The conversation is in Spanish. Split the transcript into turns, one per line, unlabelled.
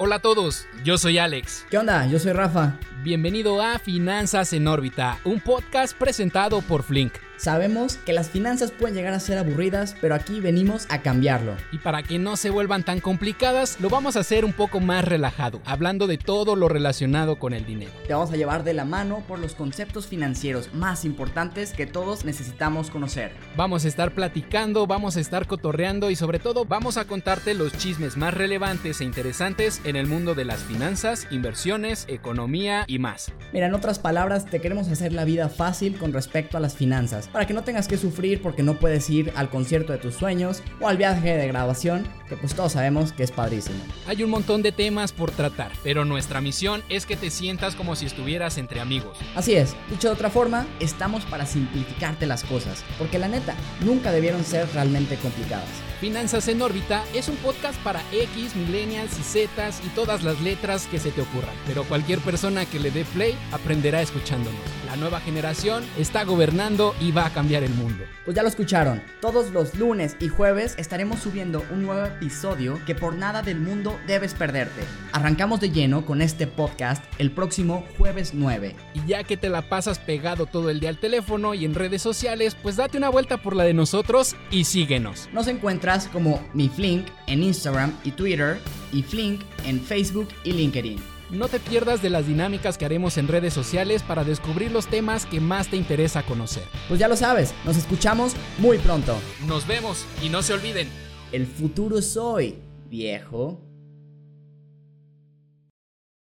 Hola a todos, yo soy Alex.
¿Qué onda? Yo soy Rafa.
Bienvenido a Finanzas en órbita, un podcast presentado por Flink.
Sabemos que las finanzas pueden llegar a ser aburridas, pero aquí venimos a cambiarlo.
Y para que no se vuelvan tan complicadas, lo vamos a hacer un poco más relajado, hablando de todo lo relacionado con el dinero.
Te vamos a llevar de la mano por los conceptos financieros más importantes que todos necesitamos conocer.
Vamos a estar platicando, vamos a estar cotorreando y sobre todo vamos a contarte los chismes más relevantes e interesantes en el mundo de las finanzas, inversiones, economía y más.
Mira, en otras palabras, te queremos hacer la vida fácil con respecto a las finanzas, para que no tengas que sufrir porque no puedes ir al concierto de tus sueños o al viaje de graduación, que pues todos sabemos que es padrísimo.
Hay un montón de temas por tratar, pero nuestra misión es que te sientas como si estuvieras entre amigos.
Así es, dicho de otra forma, estamos para simplificarte las cosas, porque la neta, nunca debieron ser realmente complicadas.
Finanzas en órbita es un podcast para X, millennials y Zetas y todas las letras que se te ocurran, pero cualquier persona que le dé play aprenderá escuchándonos. La nueva generación está gobernando y va a cambiar el mundo.
Pues ya lo escucharon, todos los lunes y jueves estaremos subiendo un nuevo episodio que por nada del mundo debes perderte. Arrancamos de lleno con este podcast el próximo jueves 9.
Y ya que te la pasas pegado todo el día al teléfono y en redes sociales, pues date una vuelta por la de nosotros y síguenos.
Nos encuentras como mi Flink en Instagram y Twitter y Flink en Facebook y LinkedIn.
No te pierdas de las dinámicas que haremos en redes sociales para descubrir los temas que más te interesa conocer.
Pues ya lo sabes, nos escuchamos muy pronto.
Nos vemos y no se olviden,
El futuro soy, viejo.